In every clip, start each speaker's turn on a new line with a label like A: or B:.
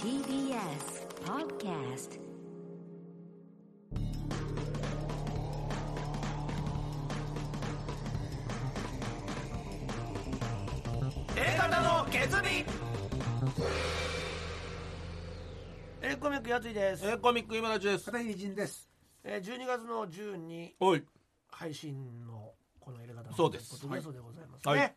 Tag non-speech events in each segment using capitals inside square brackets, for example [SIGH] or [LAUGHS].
A: TBS Podcast
B: 方の決意エレコミックやついです、
C: えーコミック今立ちです。
D: 片桐仁です。
B: えー、12月の12に
C: おい、
B: 配信のこのエレ方の
C: そうです
B: ポッドキャストでございますね、
C: はい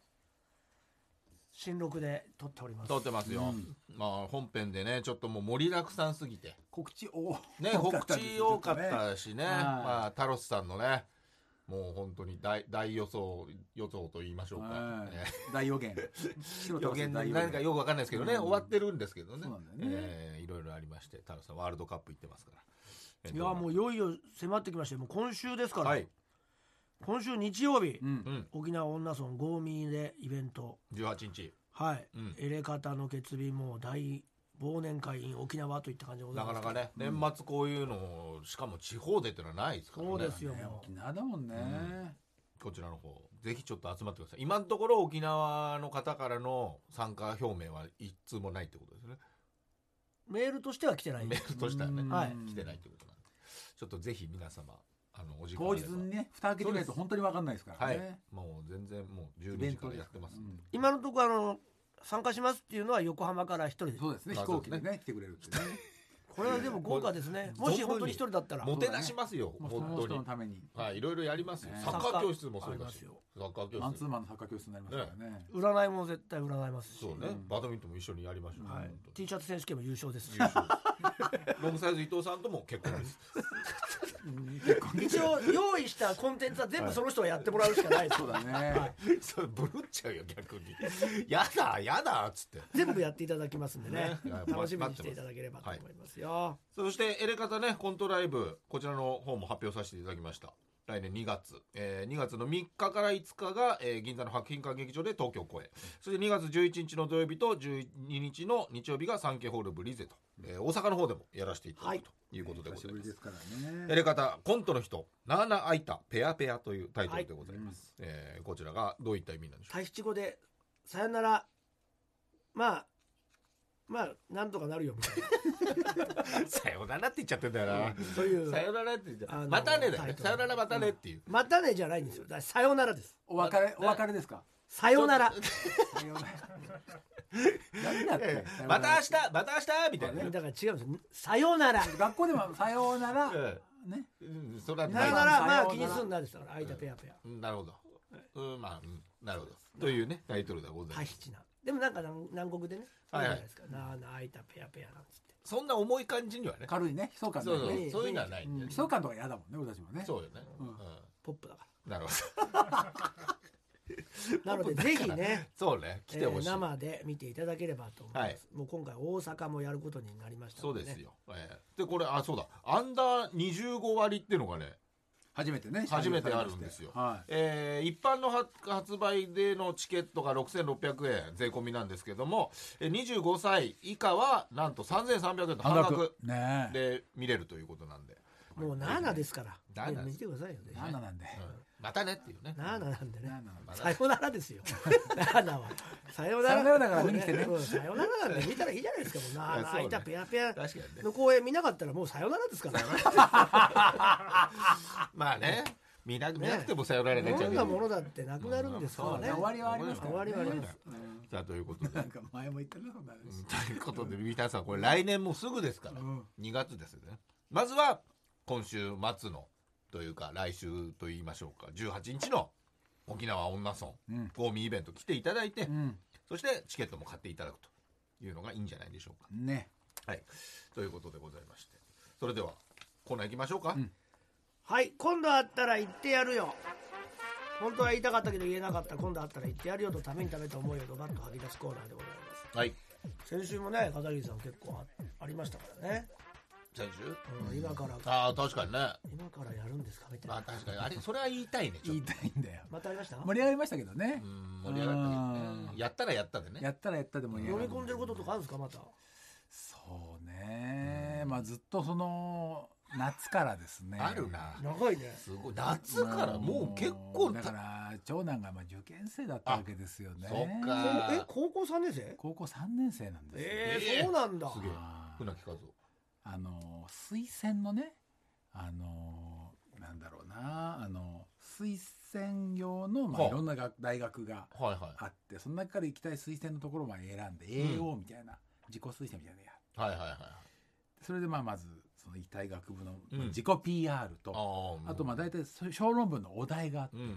B: 新録で撮っております
C: 撮ってますよ。まあ本編でね、ちょっともう盛りだくさんすぎて、
D: 告知多
C: ね、
D: か
C: 告
D: ったです
C: 知多かったしね、
D: はい
C: まあタロスさんのね、もう本当に大大予想予想と言いましょうか。
D: はい
C: ね
D: 大予言。白
C: [LAUGHS] 予
D: 田
C: 言
D: さん
C: 何かよくわかんないですけどね、
D: うん
C: 終わってるんですけどね。
D: そうなんだよね
C: えーいろいろありまして、タロスさんワールドカップ行ってますから。えー
B: いやもういよいよ迫ってきましたよもう今週ですから、
C: はい。
B: 今週日曜日、
D: うん
C: う。ん。
B: 沖縄女村ゴーミーでイベント
C: 18日。
B: はい、
C: うん
B: エレ方の決備も大忘年会 in 沖縄といった感じでござ
C: ない
B: ま
C: か
B: す
C: なかね、年末こういうのを、しかも地方でっていうのはないですからね。
B: そうですよ、
D: ね
B: も
D: 沖縄だもんね。
C: こちらの方、ぜひちょっと集まってください。今のところ沖縄の方からの参加表明は一通もないってことですね。
B: うメールとしては来てない
C: メールとしたらね、
D: うん
B: はい
C: 来てないってことなんで。ちょっとぜひ皆様、あの、お時間あ
D: 当
C: れ
D: 日
C: ば
D: にね、蓋開けてみないと本当にわかんないですから
C: はい、
D: ね。
C: もう全然もう
D: イ
C: 12
D: ベ
C: 時
D: ン
C: か
D: ト
C: ら
D: で
C: やっ
D: す
C: て
D: から
C: ますんで。
B: 今のところあの参加しますっていうのは横浜から一人です
D: そうですね、
C: まあ
D: 飛行機でね、来てくれるってね。
B: これはでも豪華ですねも
C: こ
B: し
C: 存分に
B: 本当に一人だったら
C: もてなしますよ、
D: もうそ
C: [LAUGHS] 本
D: の
C: 当
D: 人の
C: に。
D: ために。
C: はい、いろいろやりますよ
D: ね。
C: サッカー教室もそうだ
B: サ
C: し。
B: ッ
C: サッカー
D: マ
C: 教
D: ンツー
C: 室。
D: マンのサッカー教室になりますからね。
B: 占いも絶対占いますし、
C: そうね、バドミントンも一緒にやりましょう。
B: はい
C: 本当に
B: T シャツ選手権も優勝ですし
C: 優勝ですロングサイズ伊藤さんとも結婚です。
B: 一応用意したコンテンツは全部その人がやってもらうしかないです、
D: そうだね。 [LAUGHS]
C: それブルっちゃうよ逆にやだやだっつって
B: 全部やっていただきますんでね
C: ね
B: 楽しみにしていただければと思いますよ、
C: そしてエレカタねコントライブこちらの方も発表させていただきました来年2月、えー2月の3日から5日が、えー銀座の博品館劇場で東京公演そして2月11日の土曜日と12日の日曜日がサンケイホールブリゼと、えー大阪の方でもやらせていただくということでご
D: 久
C: ざ
D: し
C: いま
D: ぶり
C: す
D: で、すから
C: エ
D: ね。
C: レカタコントの人ナーナアイタペアペアというタイトルでございます、えーこちらがどういった意味なんでしょう
B: タヒチ語で「さよなら」まあまあなんとかなるよみたい
C: [LAUGHS] さよならって言っちゃってんだよな
B: なそういう
C: [LAUGHS] さよならって言っち
B: あ
C: ゃ
B: の
C: またねだよ
B: タイ
C: ね
B: トル
C: さよならまたねってい
B: 「
C: う
B: またね」じゃないんですよだからさよなら」です
D: お別れ、お別れで
C: [LAUGHS]
D: すか。
B: 「さよなら」
D: さようならダメだっ
C: え
D: て
C: えまた明日また明日みたいなね
B: だから違うんです [LAUGHS] さよなら」
D: 学校でもさようなら。ね。
C: ええうんそれは
B: さ
C: ない
B: よなら、
D: はい
B: まあ気にすんなですから、間ペアペア。
C: うんなるほどうんまあうんなるほどというねタイトルでござい
B: タ
C: ます
B: ヒチな。でもなんか南南国でね、
C: はい
B: あるじゃ
C: はい
B: ないですか。なあなあ、あいたペアペアなんつって。
C: そんな重い感じにはね
D: 軽いね、悲壮感
C: そ
D: だよ
C: うそ
D: ね。
C: うそういうのはないん
D: うん
C: で
D: 悲壮感とか嫌だもんね、俺たちもね。
C: そうよね
D: うん
C: う
B: ポップだか
C: んなるほ
B: ら。なので、ぜひね、
C: ど [LAUGHS] そうね [LAUGHS] 来てほしい
B: えー生で見ていただければと思います。
C: はい
B: もう今回大阪もやることになりました
C: そ
B: の
C: う
B: で、ね。
C: ですよええでこれあそうだアンダー25割っていうのがね
D: 初めてね
C: 初めてあるんですよ
D: はい
C: えー一般の発発売でのチケットが6600円税込みなんですけどもえー25歳以下はなんと3300円と半額
D: ねえ
C: で見れるということなんで、
B: もう7ですから。
C: 7
B: いや見てくださいよね。
D: 7なんで
C: うんまたねっていうね
B: 7なんでね。
D: 7なんで
B: さよならですよ。7は。さよなら。
D: さよならだから見に来てね
B: うんさよならなんで見たらいいじゃないですか。もうなあなあ、あいたペアペア
C: 確かにね
B: の公演見なかったらもうさよならですから。
C: まあね見な見なくてもさよなられちゃ
B: ど
C: うんけ
B: な
C: ど、
B: ものだってなくなるんです
D: そ
B: か
D: う
B: ら
D: ね
B: ね。
D: 終わりはありますから
B: 終わりはあります。
C: さあということで
D: なんか前も言ったなそんな話
C: ということで皆さんこれ来年もうすぐですから、
D: うん
C: 2月ですねまずは今週末のというか来週と言いましょうか18日の沖縄女村、
D: うん
C: ゴーミーイベント来ていただいて、
D: うん
C: そしてチケットも買っていただくというのがいいんじゃないでしょうか
D: ね
C: はいということでございましてそれではコーナー行きましょうか、
B: はい、今度会ったら言ってやるよ。本当は言いたかったけど言えなかった。今度会ったら言ってやるよとためにためた思いをドバッと吐き出すコーナーでございま
C: はい
B: す。先週もね、片桐さん結構あありましたからね。
C: 先週
B: うん、今から、
C: ああ確かにね
B: 今からやるんですかみたい
C: まあ
B: な。
C: 確かにあれそれは言いたいねちょ
D: 言
C: っ
D: い
C: と
D: たいんだよ
B: またありました
D: 盛り上がりましたけどね
C: うん盛り上がったけどねやったらやったでね
D: やったらやったでも
B: 飲み込んでることとかあるんですかまた。
D: そうねまあずっとその夏からですね
C: あるな。
B: 長いね
C: すごい。夏からもう結
D: も
C: 構
D: うだから長男がまあ受験生だったわけですよね
C: あそっ
B: こ
C: かあー
B: え高校3年生
D: 高校3年生なんですよ
B: えー、
C: えー
B: そうなんだ
C: すげえ
D: あー
C: 船木和夫。
D: あの推薦のねあのなんだろうなあの推薦用の、まあ、
C: はい
D: いろんな学大学が
C: はいは
D: あってその中から行きたい推薦のところまで選んで AO みたいな、自己推薦みたいなのやって
C: い。はいはいはい。
D: それでまあまずその行きたい学部の
C: うん
D: 自己 PR と、
C: あ
D: あとまあ
C: だ
D: 大体そう小論文のお題があって、
C: うんう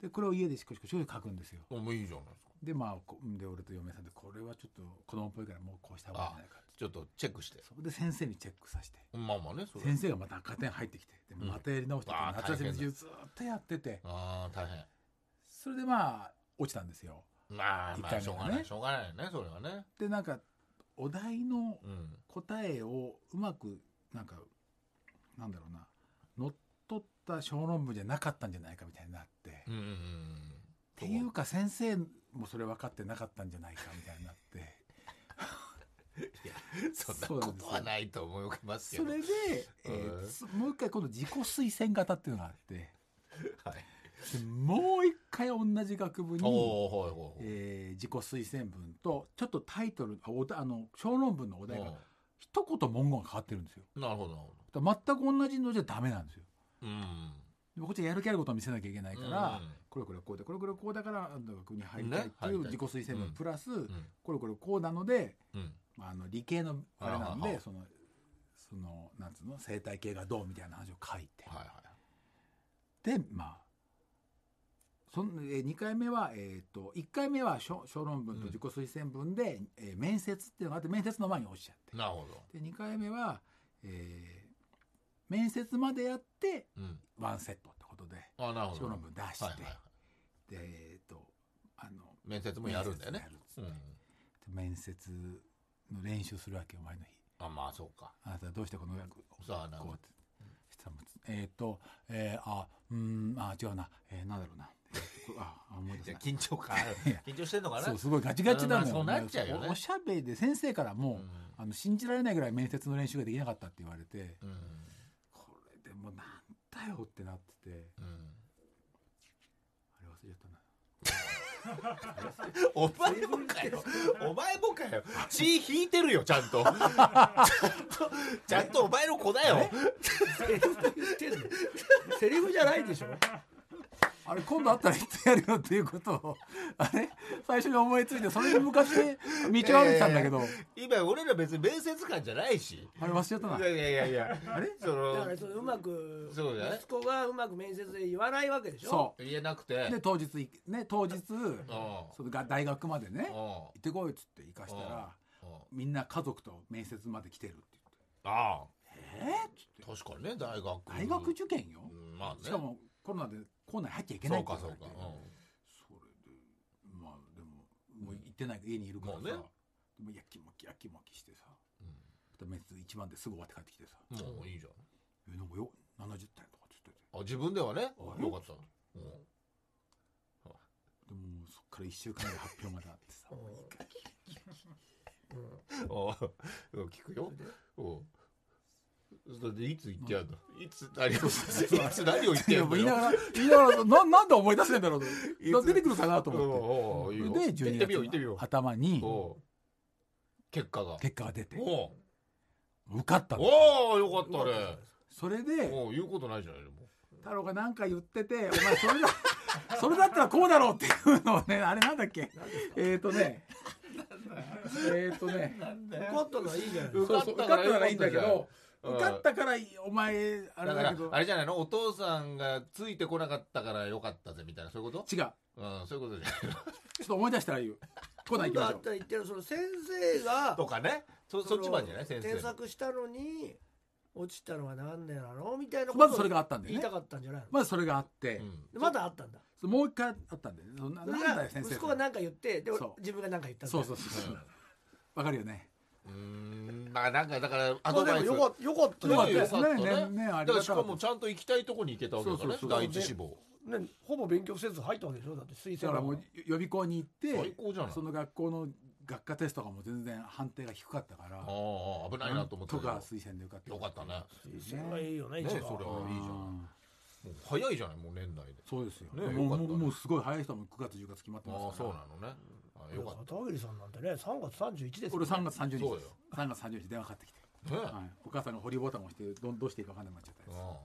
D: でこれを家でしこしこしこしこ書くんですよ。
C: ん。もういいじゃないですか。
D: でまあこで俺と嫁さんでこれはちょっと子供っぽいからもうこうした方がいいんじゃないかって
C: ちょっとチェックして。
D: そこで先生にチェックさせて
C: まあまあね、それ。
D: 先生がまた赤点入ってきてで
C: うん
D: またやり直してて
C: あー
D: 夏休み
C: 大変
D: 中ずーっとやってて
C: ああ、大変。
D: それでまあ落ちたんですよ。
C: まあまあ、
D: 一回目はね
C: しょうがない、しょうがないよね、それはね。
D: でなんかお題の
C: うん。
D: 答えをうまくなんかなんだろうな乗っ取った小論文じゃなかったんじゃないかみたいになって。
C: うんうん
D: っていうか先生もそれ分かってなかったんじゃないかみたいになって
C: [LAUGHS] うん。そんなことはないと思いますけ
D: そ
C: ど。
D: れで、えー
C: うん
D: そもう一回今度自己推薦型っていうのがあって
C: はい。
D: でもう一回同じ学部に、
C: おおはいはいはい。
D: えー自己推薦文とちょっとタイトルあおたあの小論文のお題が一言文言が変わってるんですよ
C: うんなるほど、なるほ
D: だから全く同じのじゃダメなんですよ
C: ど。うん。
D: でもこっちはやる気あることを見せなきゃいけないから、
C: うん
D: これこれこうでこれこれこうだからあの学部に入りたいってい
C: ね入り
D: う
C: たい
D: 自己推薦
C: うん
D: 文プラス、
C: うん
D: これこれこうなので
C: うん。
D: まあ、あの理系のあれなん
C: あーは
D: で
C: ー
D: そのそのなんつうの生態系がどうみたいな話を書いて、
C: はいはい。
D: でまあそのえー2回目は、えー、と1回目は小小論文と自己推薦文で、えー面接っていうのがあって面接の前に落ちちゃって
C: なるほど。
D: で2回目は、えー面接までやって
C: うん。
D: ワンセットってことで
C: あなるほど。
D: 小論文出して、
C: はいはいはい。
D: でえっ、とあの
C: 面接もやるんだよね
D: 面接
C: う
D: もやるっつっ。て
C: ん。
D: で面接の練習するわけよ前の日
C: あ、まあそうか。
D: あなたはどうしてこの役
C: さあなんか
D: こうってしたらもうつえっ、と、えー、あうーんあ違うな、えー、なんだろうな、えーこああ思い出
C: い
D: せ
C: や
D: ない
C: 緊張感ある
D: いや。
C: 緊張してんのかな
D: そうすごいガチガチなのよ、
C: うんまあそうなっちゃうよね
D: おおしゃべりで先生からもう、あの信じられないぐらい面接の練習ができなかったって言われて
C: うん。
D: これでもうなんだよってなってて
C: うん。
D: あれ忘れちゃったな
C: お前もかよ。お前もかよ。血引いてるよ、ちゃ
D: [LAUGHS]
C: んと。ちゃんと、ちゃんとお前の子だよ。
B: セリフと言ってんの [LAUGHS] セリフじゃないでしょ
D: あれ今度会ったら言ってやるよっていうことをあれ最初に思いついてそれに向かって道を歩いてたんだけど、
C: 今、俺ら別に面接官じゃないし。
D: あれ忘れちゃったな
C: や
D: い
C: いやいやいや。あれそ
B: だか
C: の
B: ら、そのうまく
C: そうだね
B: 息子がうまく面接で言わないわけでしょ
D: そ
C: 言えなくて。う
D: うで当日いね当日
C: ん。
D: そのが大学までね行
C: あ
D: ってこいっつって行かしたらみんな家族と面接まで来てるって
C: あ
D: 言ってえっつって
C: ー、確かにね、大学。
D: 大学受験よ、
C: うんまあね。
D: しかもコロナで校内入っちゃいけな
C: そ
D: いうっ
C: か
D: て言
C: そ
D: わ
C: う
D: れ
C: か
D: て。それでまあでももう行ってない家にいるからさ、
C: もうね
D: でもやきもきやきもきしてさ
C: う
D: 面接一番ですぐ終わって帰ってきてさ「
C: んうんもういいじゃん。
D: えなんかよ70点」とかっつってて
C: あ自分ではね
D: あ
C: よかったのうん
D: でもうそっから1週間で発表まであっ
C: [LAUGHS]
D: てさもういいか
C: ああうん聞くようんそれでいつ言ってやんのいつ何をいつ何を言ってやんの
D: 言いな
C: よ
D: がら言いながらななんで思い出せないんだろうとな出てくるかなと
C: うん
D: 思っ
C: うん
D: て。
C: いいよ
D: で
C: 行ってみよう
D: 12
C: 行ってみ
D: 月
C: よ
D: の頭に
C: ううん結果が
D: 結果が出て
C: おう
D: 受かったの
C: おうよかったね
D: それで
C: おう言うことないじゃないのもう
D: 太郎が何か言ってて「お前それだそれだった [LAUGHS] らこうだろう」っていうのをねあれなんだっけえっとねえっとね
B: コットンはいいじゃない
C: 受
D: そうそう受かったならいいんだけど
C: うん
D: 受かったからお前あ
C: だか
D: れだ
C: ら
D: けど
C: あれじゃないのお父さんがついてこなかったからよかったぜみたいなそういうこ
D: 違うちょ
C: とうんそういうことじゃない
D: っと思い出したら言うコーナ
B: 今
D: ー行き
B: 度
D: ま
B: あ
D: し
B: っ
D: ょ
B: [LAUGHS]
D: う
B: たら言ってるその先生が
C: [LAUGHS] とかねそそっちまでじゃない先生
B: 添
C: の
B: 削したのに落ちたのはなんでなのみたいなことを
D: まずそれがあったんだ
B: 言
D: よ
B: い
D: ね
B: たかったんじゃないの
D: まずそれがあって
C: うん
B: でまだあったんだ
D: そうもう一回あったんだよねそんな
B: そ
D: な
B: れ
D: んだ
B: が
D: よ先生
B: 息子が何か言ってで俺
D: そう
B: 自分が何か言ったんだ
D: そうそうそうわかるよね
C: うーんまあなんかだから
B: ま
C: アド
B: あで
C: バイ
B: も
C: ス
B: よかったよかった
C: よかった
D: よ
C: よか
D: かっ
C: ったた
D: ね
C: ね
D: ねねあ
C: だ
D: りがたかった
C: からしかもちゃんと行きたいとこに行けたわけだからね
D: そうそうそう
C: 第一志望
B: ね、ほぼ勉強せず入ったわけでしょだって推
D: だか
B: 薦
D: らもう予備校に行って
C: 最高じゃない
D: その学校の学科テストとかも全然判定が低かったから
C: ああ危ないなと思って
D: と
C: たけど
D: か推薦で受かって
C: よかったね
B: 推薦がいいよね、
C: ね
B: 一
C: そ
B: 番
C: れはいいじゃん
D: うん
C: もう早いじゃないもう年内で
D: そうですよ、
C: ね
D: も
C: よか
D: う
C: ったね
D: もうもうすごい早い人も9月10月決まって
C: あ
D: ま
C: あ
D: す
C: そ
D: か
C: う
D: ら
C: なのねあよかった
B: 片桐さんなんてね、3月31です
D: 俺3月30
C: そうだ
D: 日です
C: よ
D: 3月30日電話かかってきて、
C: ね
D: はい、お母さんが保留ボタンを押してどんどうしていいか分かんなくなっちゃったや
C: うん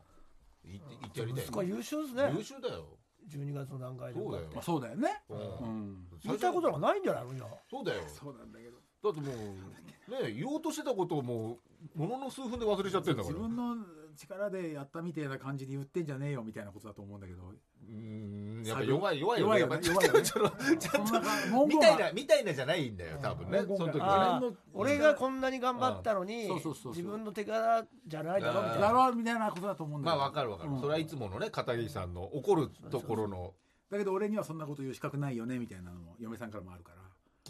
C: い行ってやりたい
B: 息子は優秀です
C: 優
B: ね。
C: 秀だよ
B: 12月の段階で。
C: そうだよ
D: つ、まあ、そうだよね
C: うん
D: うん
B: 言いたいこと
C: だ
B: なんかないんじゃないのじゃあ
C: そうだよ
D: そうなんだけど
C: だってもうね言おうとしてたことをもうものの数分で忘れちゃってんだから
D: 自分の力でやったみたいな感じで言ってんじゃねえよみたいなことだと思うんだけど
C: うーんやっぱ弱い弱いよ
D: 弱
C: ね
D: い
C: やっ
D: よ
C: ぱ [LAUGHS]
D: ね
C: ちょっ
D: 弱いよね
C: とちょっ
D: そんな
C: と
D: 文
C: み
D: 言
C: た
D: が
C: いなみたいなじゃないんだよ多分ね
D: 文言
C: そ
D: が
C: の時
B: あ
C: はね
B: ー俺がこんなに頑張ったのに
D: うんそうそうそうそう
B: 自分の手柄じゃないだろみたい
D: だ
B: な
D: ろうみたいなことだと思うんだ
C: まあ
D: けど
C: わかるわかる
D: うん
C: それはいつものね片桐さんの怒るところの
D: だけど俺にはそんなこと言う資格ないよねみたいなのも嫁さんからもあるから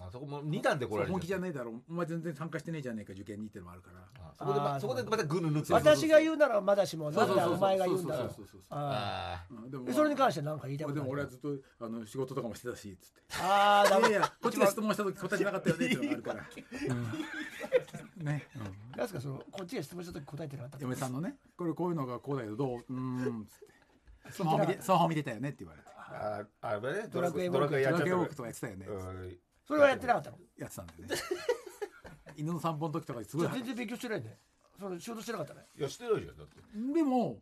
C: あそこも二段で来られ
D: 本気じゃ
C: ない
D: ねえだろお前全然参加してねえじゃねえか受験にってのもあるから
C: そこでま
B: あー
C: そこでまたぐぬぬって
B: 私が言うならまだしも
D: そ
B: な
D: うんそう
B: だ
D: そう
B: お前が言うんだろ
D: そうそうそうそう
B: あ
C: あ
D: うんで
B: ー
D: も
B: でそれに関して何か言いたいこ
D: で
B: と
D: も俺
B: あ
D: はずっとあの仕事とかもしてたしっつって
B: あーダ
D: いやい
B: メ
D: やこっちが質問した時答えてなかったよねっていうのがあるから、うんね、うん
B: なんすかそのこっちが質問した時答えてなかった
D: 嫁さんのねこれこういうのがこうだけどどううーんっつってスマホ見てスマホ見てたよねって言われて
C: ーあーあれね
B: ドラクエ
C: ドラクエ
D: ド
C: やっ
D: ラ
C: ちゃっ
D: ケ
C: た
D: ンウォ
C: か
D: ークとかやってたよね、
C: らうん
B: それはやってなかったの
D: やってたんでね [LAUGHS] 犬の散歩の時とかすご
B: じ
D: い
B: ゃあ全然勉強してないねその仕事してなかったね
C: いやしてないじゃんだって
D: でも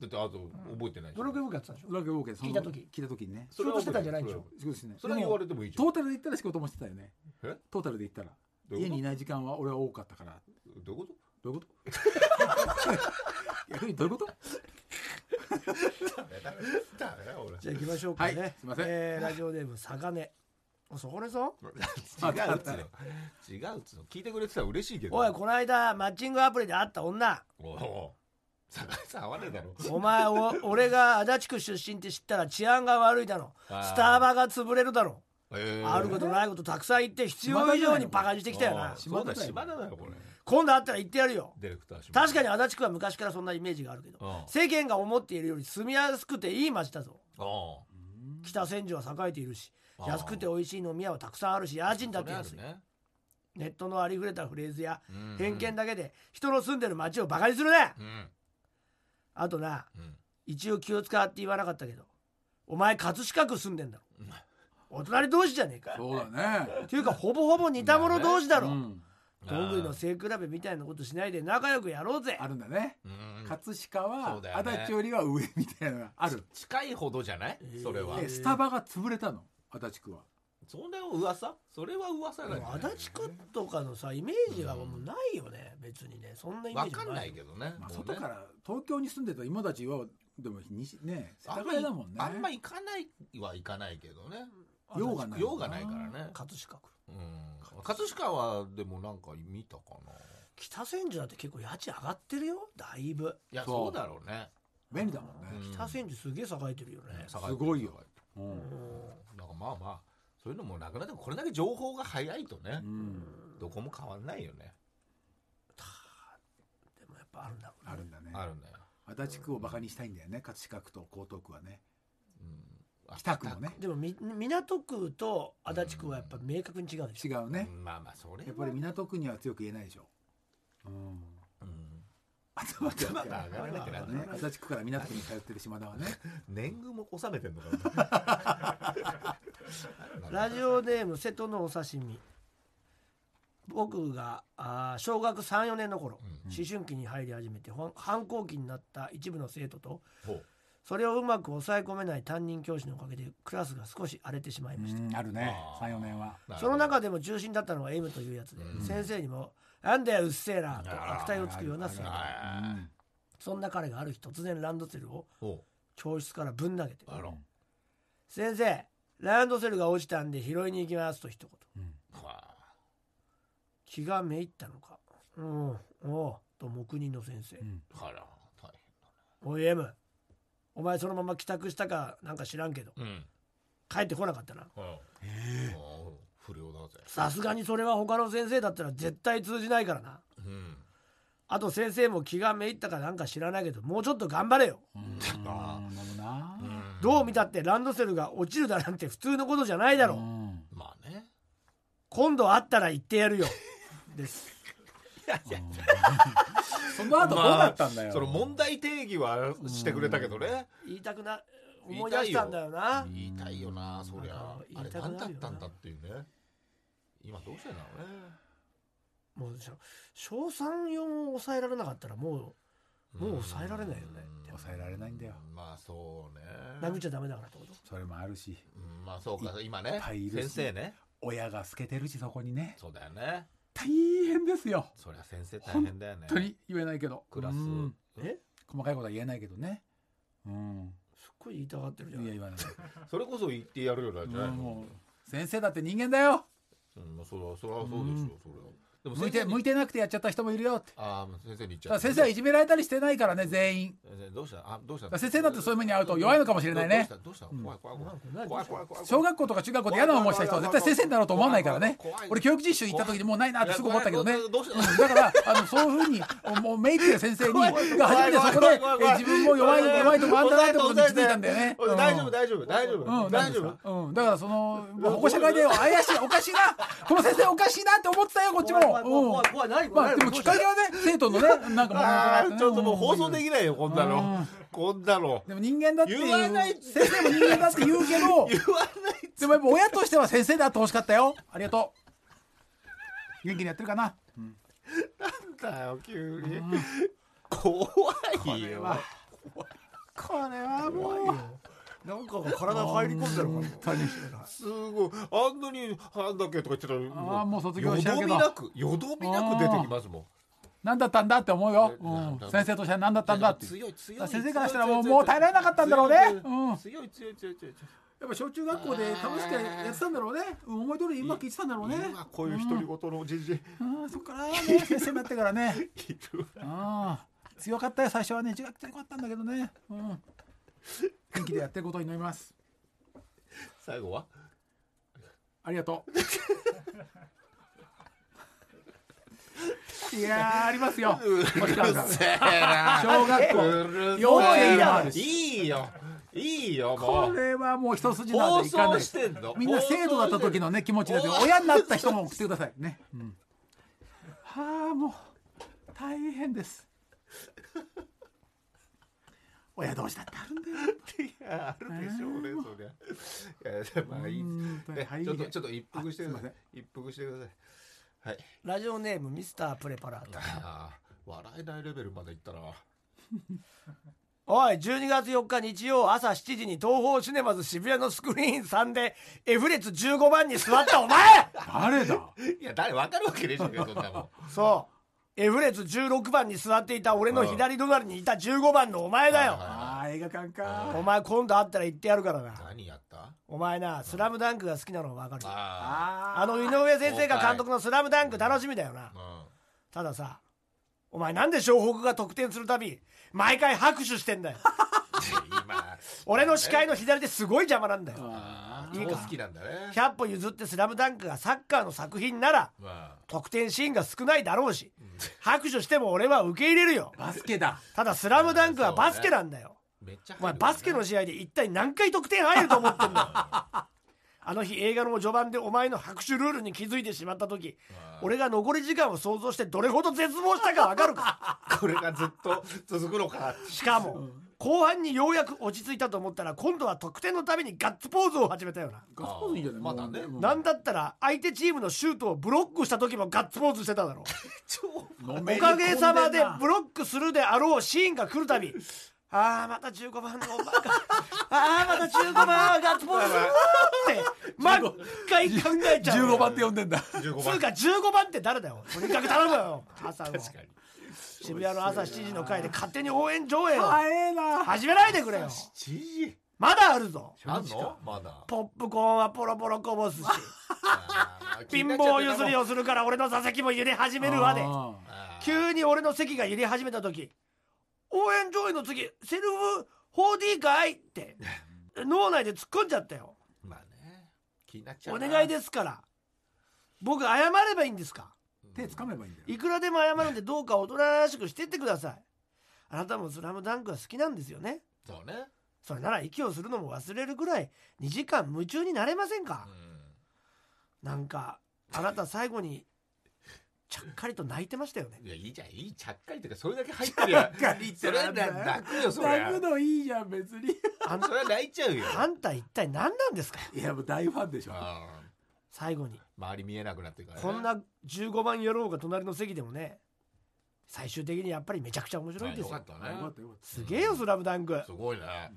C: だってあと覚えてないじ
B: ド
C: ゃん
B: ラクエ僕やってたんでしょ
D: ドラケンウォークでそ
B: 聞
D: の
B: いた時
D: 聞いた時にね
C: それは
B: 仕事してたんじゃないんでしょ
D: 仕事してない
C: それは
D: で
C: 言
D: も
C: われてもいいじゃ
D: ト
C: ん
D: ータルで言ったら仕事もしてたよね
C: え
D: トータルで言ったら
C: どういうこと
D: 家にいない時間は俺は多かったから
C: どういうこ
D: どういうこと
C: [LAUGHS]
D: 逆にどういうこ
C: と
D: と
C: だめだめだ俺
B: じゃあ行きましょうかね、
D: はいすいません
B: えーラジオネームサガネおそこねさん
C: 違うっつの違うっつの聞いてくれてたら嬉しいけど
B: おいこの間マッチングアプリで会った女
C: おいおい坂井さん合わねえだろ
B: お前
C: [LAUGHS]
B: お俺が足立区出身って知ったら治安が悪いだろ
C: あー
B: スタバが潰れるだろ
C: えー
B: あることないことたくさん言って必要以上にバカにしてきたよ
C: あ
B: な
C: ーそうだ
D: 島
C: 島
D: 田
C: 田
D: だ
C: だ
D: よ
C: よこれ
B: 今度会ったら言ってやるよ
C: ディレクター島田
B: 確かに足立区は昔からそんなイメージがあるけど
C: あー
B: 世間が思っているより住みやすくていい街だぞ
C: ああ
B: 北千住は栄えているし
C: あー
B: 安くて美味しい飲み屋はたくさんあるし家賃だって安
C: そ
B: い
C: れあるね
B: ネットのありふれたフレーズや
C: うん
B: 偏見だけで人の住んでる街をバカにするな
C: うん
B: あとな
C: うん
B: 一応気を使って言わなかったけどお前葛飾区住んでんだろお隣同士じゃねえか
D: そうだね
B: っていうかほぼほぼ似た者同士だ
D: う
B: ろ
D: ん
B: どんぐりの背比べみたいなことしないで仲良くやろうぜ
D: あるんだね
C: うん
D: 葛飾
C: そ
D: は
C: うだよ
D: 足
C: ね
D: 立よりは上みたいなのがある
C: 近いほどじゃないそれは
D: でスタバが潰れたの足立区は
C: それは噂それは噂
B: で
C: なんじゃ
B: も
C: ない
B: 足立区とかのさイメージがもうないよね別にねそんなイメー
C: わ
B: ジ
C: かんないけどね
D: ま
C: も
D: あ、
C: うね
D: 外から東京に住んでた今たちはでも西ね世
C: あ
D: 田
C: んまり
D: 谷だもんね
C: あんま行かないは行かないけどね
D: 用がない
C: 用がないからね
B: 葛飾区
C: うん葛飾はでもなんか見たかな
B: 北千住だって結構家賃上がってるよだいぶ
C: いや
D: そう
C: そうだろうね
D: 便利だもんね、
C: うん
B: 北千住すげえ栄えてるよね
C: 下がっ
D: す
C: て
D: ごいよ
C: 下がって
D: うん
C: なんかまあまあそういうのもなくなってもこれだけ情報が早いとねどこも変わんないよね
B: でもやっぱあるんだろう
D: あるんだね
C: あるんだよ
D: 足立区をバカにしたいんだよね葛飾区と江東区はね
C: あ
D: 北区もね
B: でもみ港区と足立区はやっぱ明確に違うでし
D: 違
B: ょ
D: う
C: 北
D: ね
C: 区、まあまあそれは
D: やっぱり港区には強く言えないでしょ、うん、
C: うん
D: 頭
C: 頭が上がらなきゃな
D: ね足立区から港区に通ってる島田はね
C: 年貢も収めてんのかな
B: ラジオネーム瀬戸のお刺身僕があー小学34年の頃、思春期に入り始めてほん反抗期になった一部の生徒と
C: ほう
B: それをうまく抑え込めない担任教師のおかげでクラスが少し荒れてしまいました
D: うんあるね
C: あー
D: 34年は
C: なるほど
B: その中でも中心だったのが M というやつで、先生にも「なんだようっせえな」と悪態をつくような生徒
C: あ
B: そんな彼がある日突然ランドセルを
C: ほ
B: 教室からぶん投げて
C: うあら
B: 「先生ランドセルが落ちたんで拾いに行きます」と一言
C: は
B: 気がめいったのか「うんおう」と黙認の先生
D: ん
C: あら大
B: 「おい M お前そのまま帰宅したかなんか知らんけど
C: 変うん
B: 帰ってこなかったな
C: うんえ不良だぜ
B: さすがにそれは他の先生だったら絶対通じないからな
C: うん
B: あと先生も気がめいったかなんか知らないけどもうちょっと頑張れよ」
C: あ
D: うんなるな
B: どう見たってランドセルが落ちるだなんて普通のことじゃないだろう
D: うん
C: まあね
B: 今度会ったら言ってやるよ」です
D: その後どうなったんだよ、
C: その問題定義はしてくれたけどね。
B: 言いたくな思い出したんだよな
C: 言いたいよな、そりゃ
B: うん。
C: あ
B: 言
C: れ
B: いたくなる
C: 何
B: よな
C: だったんだっていうね。今どうしてなのね。
B: もうしょ小三四を抑えられなかったらもうもう抑えられないよね
C: うん
D: 抑えられないんだよ
C: まあそうね。
B: 殴っちゃダメだからってこと
D: それもあるし
C: うんまあそうか、今ね
D: っぱいい。る
C: 先
D: し
C: 生ね。
D: 親が透けてるしそこにね
C: そうだよね。
D: 大変ですよ
C: そりゃ先生大変だよね。
D: 本当に言えないけど
C: クラス
D: うん
B: え
D: 細かいことは言えないけどねうん
B: すっごい言いたがってる
D: い
B: じ
D: や
B: ゃん
D: 言わ [LAUGHS] ない
C: それこそ言ってやるようなんじゃない
D: うん
C: の
D: も。う先生だって人間だよ
C: うん、まあそれはそれはそうでしょう。それは。でも
D: 向いて
C: 先生に
D: 向いてなくてやっちゃった人もいるよって
C: ああ先生に言っち
D: だ
C: ゃう。
D: から先生はいじめられたりしてないからね全員
C: 先生どうしたあどうし
D: だか
C: た
D: ら先生だってそういう目に遭うと弱いのかもしれないね
C: どどうしたどうした怖い怖い怖い
B: うん
C: 怖い怖い怖い
D: 小学校とか中学校で嫌な思いした人は絶対先生になろうと思わないからね
C: 怖い怖い
D: 俺教育実習行った時にもうないなってすぐ思ったけどね
C: いやどうした
D: だからあのそういうふうにもうメイクで先 [LAUGHS] 生にが初めてそこで
C: 怖い怖い怖い
D: え自分も弱い弱いとこあんだなってことに気づいたんだよね。うん
C: 大丈夫大丈夫大丈
D: う
C: 夫大
D: ん、大
C: 丈
D: 丈
C: 夫
D: 夫。うん、だからその、まあ保護者会で怪しい、おかしいな、この先生おかしいなって思ってたよ、こっちも。
B: 怖い怖い怖い怖い
D: うん、
B: 何
D: まあ、
B: 何
D: でもきっかけはね、生徒のね、なんか
C: あ
D: 物語
C: ーちょっともう放送
D: で。
C: できないよこんなのこんなの
D: でも人間だっていう、
C: 言わないって
D: 先生も人間だって [LAUGHS] 言うけど、
C: 言わない
D: でもやっぱ親としては先生であってほしかったよ。ありがとう。元気にやってるかな。
C: んだよ急に怖いよ
D: はこれはもう。
B: なんかが体入り込んでるから
C: すごいあんなになんだっけとか言ってたら
D: あーもう卒業しちゃうけど
C: よどみなくよどみなく出てきますもん
D: 何だったんだって思うよ。
C: えなんだ
D: うん、先生としては何だったんだっていう。
C: 強い強い
D: だから先生からしたらもう
C: 強い強い
D: もう耐えられなかったんだろうねうん
C: 強い強い強い強い強い
D: やっぱ小中学校で楽しくやってたんだろうね。うん思い通り今聞いてたんだろうね。
C: 今こういう独り言のじじい
D: ああそっからね [LAUGHS] 先生もやってからね
C: いる
D: ああ強かったよ最初はね中学ってよかったんだけどねうん元気でやってることに祈ります
C: 最後は
D: ありがとういやーありますよ
C: うるせえな
D: 小学校
C: うる
D: 幼稚
C: せえ
D: 園もあ
C: な
D: る
C: い
D: し
C: いよいいよも
D: こ
C: う
D: れはもう一筋縄
C: 放
D: でいかな
C: 送
D: い
C: してんの
D: みんな生徒だった時のね気持ちだけど親になった人も送ってくださいね、うん、はあもう大変です親同士だってあるんだよ
C: いやあるでしょうねそりゃいやでもまあいい
D: 本当に
C: え
D: はい
C: ちょっとちょっと一服してくだ
D: あす
C: さ
D: いま
C: い一服してくださいはい
B: ラジオネームミスタープレパラート
C: あー笑えないレベルまでいったな
B: おい12月4日日曜朝7時に東宝シネマズ渋谷のスクリーン3で F 列15番に座ったお前
D: 誰だ
C: いや誰わかるわけでしょうけど
D: [LAUGHS]
C: そんなもん
B: そう。F 列16番に座っていた俺の左隣にいた15番のお前だよ。
D: ああ映画館か
B: お前今度会ったら言ってやるからな。
C: 何やった
B: お前な、スラムダンクが好きなのはわかる。
C: あ
D: あ
B: あの井上先生が監督のスラムダンク楽しみだよな
C: あ。
D: [LAUGHS]
C: う
B: たださ、お前なんで湘北が得点するたび、毎回拍手してんだよ。
C: ん今
B: 俺の視界の左ですごい邪魔なんだよ。
C: あ
B: いい
C: ー
B: か
C: 超好きなんだね
B: 100歩譲ってスラムダンクがサッカーの作品なら、
C: まあ
B: 得点シーンが少ないだろうし、拍手しても俺は受け入れるよ。
D: バスケだ
B: ただスラムダンクはバスケなんだよ。
C: めっちゃ
B: お前バスケの試合で一体何回得点入ると思ってんだあの日映画の序盤でお前の拍手ルールに気づいてしまった時俺が残り時間を想像してどれほど絶望したか分かるか
C: これがずっと続くのか
B: しかも後半にようやく落ち着いたと思ったら今度は得点のためにガッツポーズを始めたよな、
D: ガッツポーズいいんじゃない
C: まだね
D: もう
B: なんだったら相手チームのシュートをブロックした時もガッツポーズしてただろ [LAUGHS] う
D: の
B: お
D: めり込
B: か
D: んん
B: げ
D: な
B: さまでブロックするであろうシーンが来るたび [LAUGHS] ああまた15番のお前が [LAUGHS] ああまた15番はガッツポーズするなって [LAUGHS] 毎回考えちゃう
D: 15番って呼んでんだ
C: 15
B: つう
C: 番
B: か15番って誰だよとにかく頼むよ朝の
C: 確かに
B: 渋谷の朝7時の会で勝手に応援上映を
D: 早えな
B: 始めないでくれよ
C: 知事
B: まだあるぞ
C: あんの
B: [LAUGHS]
C: まだ
B: ポップコーンはポロポロこぼすし
C: あー
B: 貧乏ゆすりをするから俺の座席も揺れ始めるわで
D: あ
C: あー
B: 急に俺の席が揺れ始めた時応援上映の次セルフ 4D かいって脳内で突っ込んじゃったよ
C: まあね気になっちゃ
B: お
C: うな
B: 願いですから僕謝ればいいんですか
D: ー手掴めばいいんだよ
B: いくらでも謝るんでどうかおとらしくしてってくださいあなたも「スラムダンクは好きなんですよね
C: そうね
B: それなら息をするのも忘れるぐらい2時間夢中になれませんか
C: うん
B: なんかあなた最後にちゃっかりと泣いてましたよね
C: いやいいじゃんいいちゃっかりっていうかそれだけ入ってるやん
D: かり
C: それはな泣くよそれ
D: 泣くのいいじゃん別に
B: あん
C: それは泣いちゃうよ
B: あんた一体何なんですか
D: いやもう大ファンでしょ
C: あ
B: 最後に
C: ー周り見えなくなってるからね
B: こんな15番野郎が隣の席でもね最終的にやっぱりめちゃくちゃ面白いんです
C: あ
B: よ
C: よかったね
D: よかったよかっ
B: すげえよ「スラムダンク
C: すごいね
D: たうん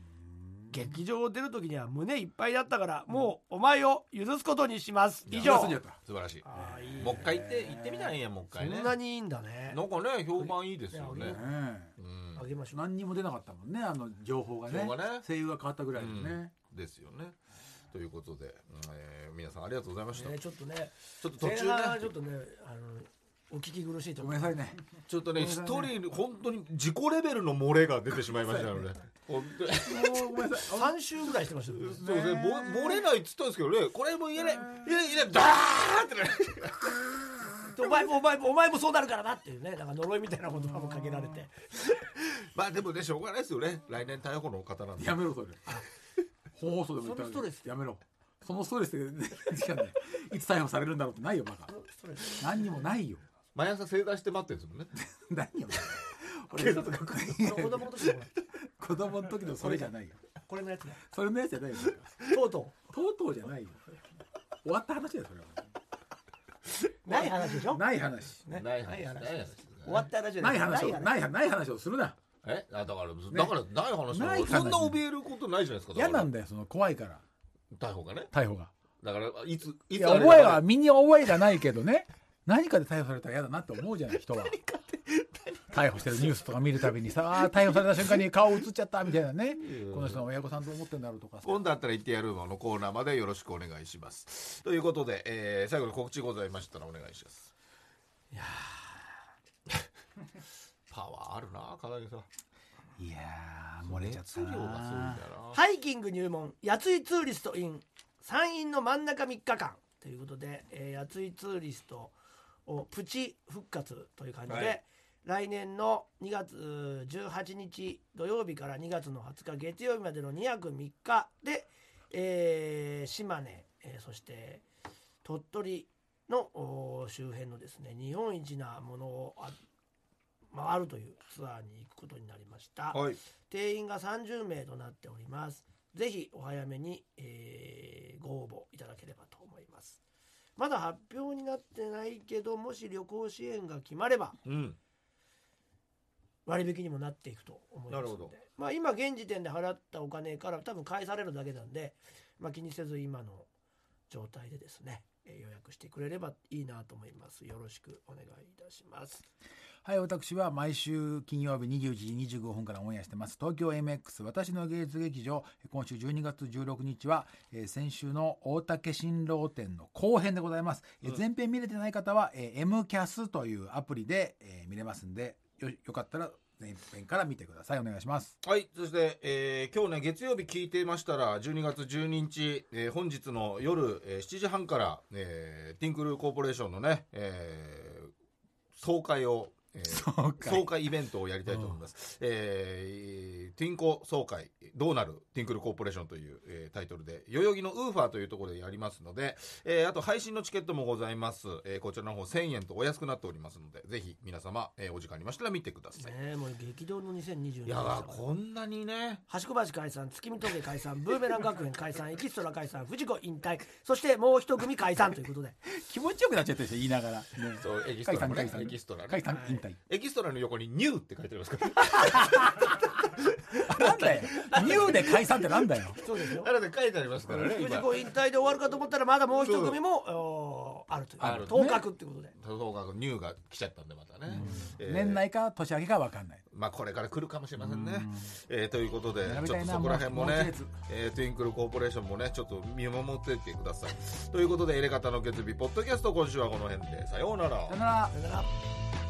B: 劇場を出る時には胸いっぱいだったからもうお前を許すことにします以
C: い
B: 上
C: や
D: プラスになった
C: 素晴らしい
B: あーいいね
C: もう一回行って行ってみたらいいやんもう一
B: そ
C: 回ね
B: んなにいいんだね
C: なんかね評判いいですよね
B: いや
D: ね
C: う
D: え
C: ん
B: あげましょう
D: 何にも出なかったもんねあの情報がね
C: 情報がね
D: 声優が変わったぐらいでね、
C: ですよねということで、えー皆さんありがとうございました、
B: ねちょっとね
C: ちょっと途
B: 前半
C: 中
B: は
C: ね
B: ちょっとねあのお聞き苦しいと
D: ご
B: 思
D: めん
B: う
D: なさいね
C: ちょっとね
D: ごめん
C: 一
D: なさいね
C: 人本当に自己レベルの漏れが出てしまいましたので、本
D: [LAUGHS]
C: 当に
D: もうごめんなさい
B: 3週ぐらいしてましたよね
C: [LAUGHS] そうですね、も漏れないっつったんですけどね、これも言えない、いやいや、ダーってね、 [LAUGHS]
B: でお前もお前もお前もそうなるからなっていうねなんか呪いみたいな言葉もかけられて
C: まあでもね、しょうがないですよね、来年、逮捕の方なんで、
D: やめろそれ本放送でも言っ
B: そ
D: た
B: のストレス
D: やめろそのストレスで、ね、時間ねいつ逮捕されるんだろうってないよバカ
B: ストレス
D: 何にもないよ [LAUGHS]
C: 毎朝正座して待ってるんですもんね、
D: 何よ
B: 警察が来る子供の時のほら
D: 子供の時のそれじゃないよ
B: これのやつだ
D: それのやつじゃないよ
B: とうと
D: とうとうじゃないよ終わった話だよそれは
B: うない話でしょ
D: ない話
B: ね
C: ない話
B: ない話
C: ない話
B: 終わった話じゃ
D: ない話を
B: ない
D: ないない話をするな
C: えあだから、だから、ない話
D: ない話
C: そんな怯えることないじゃないですか、
D: 嫌なん
C: だ
D: だよその怖いから
C: から逮捕がね、
D: 逮捕が
C: だから、いつ、い
D: い
C: つ
D: や
C: あれ
D: 覚えは身に覚えじゃないけどね何かで逮捕されたら嫌だなって思うじゃない人は逮捕してるニュースとか見るたびにさあー逮捕された瞬間に顔映っちゃったみたいなねこの人の親御さんと思ってんだろうとかさ
C: 今度あったら言ってやるののコーナーまでよろしくお願いします。ということで、えー最後に告知ございましたらお願いします。いや [LAUGHS] パワーあるな、片桐さん。
D: いやー漏れちゃっ
C: 熱
D: た
C: 量がすごいん
D: な
C: だよな。
B: ハイキング入門やついツーリスト in 山陰の真ん中3日間ということで、えー、やついツーリストをプチ復活という感じで、
C: はい
B: 来年の2月18日土曜日から2月の20日月曜日までの2泊3日で、えー島根、えーそして鳥取のおー周辺のですね日本一なものをあ回るというツアーに行くことになりました。
C: はい。
B: 定員が30名となっておりますぜひお早めに、えーご応募いただければと思いますまだ発表になってないけどもし旅行支援が決まれば
C: うん。
B: 割引にもなっていくと思いますの
C: なるほど
B: で、まあ、今現時点で払ったお金から多分返されるだけなんで、まあ、気にせず今の状態でですねえー予約してくれればいいなと思いますよろしくお願いいたします
D: はい私は毎週金曜日24時25分からオンエアしてます東京 MX 私の芸術劇場今週12月16日は、えー先週の大竹新郎展の後編でございます、えー前編見れてない方は、えー MCAS というアプリで、えー見れますんでよよかったら前編から見てくださいお願いします
C: はい。そして、えー今日ね、月曜日聞いてましたら、12月12日、えー本日の夜、えー7時半から、えーティンクルコーポレーションのね、えー総会を、えー
D: そう
C: 総会イベントをやりたいと思います。えー、ティンコ総会、どうなるティンクルコーポレーションという、えータイトルで、代々木のウーファーというところでやりますので、えーあと配信のチケットもございます。えーこちらの方1000円とお安くなっておりますので、ぜひ皆様、えーお時間ありましたら見てくださ
B: ね
C: い。
B: えもう激動の2020年
C: いやー、こんなにね、
B: 橋小橋解散月見峠解散ブーメラン学園解散エキストラ解散藤子引退そしてもう一組解散ということで
D: 気持ちよくなっちゃってるでしょ言いながら、ね、
C: そうエキストラもね
D: 解散
C: エキストラね
D: 解散引退
C: エキストラの横にニューって書いてありますから、
D: なんだよニューで解散ってなんだよ
B: そうですよ
C: あれで書いてありますからね、
B: 藤
C: 今。
B: 子引退で終わるかと思ったらまだもう一組もおーあるという
C: あるね
B: 当確ってことで
C: そうかニューが来ちゃったんで、またね。 [LAUGHS] えー
D: 年内か年明けか分かんない
C: まあこれから来るかもしれませんね。えーということで
D: 並、べ
C: ちょ
D: た
C: っ
D: い
C: と
D: な
C: そこら辺も
D: もうもう
C: ね
D: 一列、
C: えー、トゥインクルコーポレーションもね、ちょっと見守っていってください。ということで、エレガタの決日、ポッドキャスト、今週はこの辺で、さようなら
D: さよなら
B: さよなら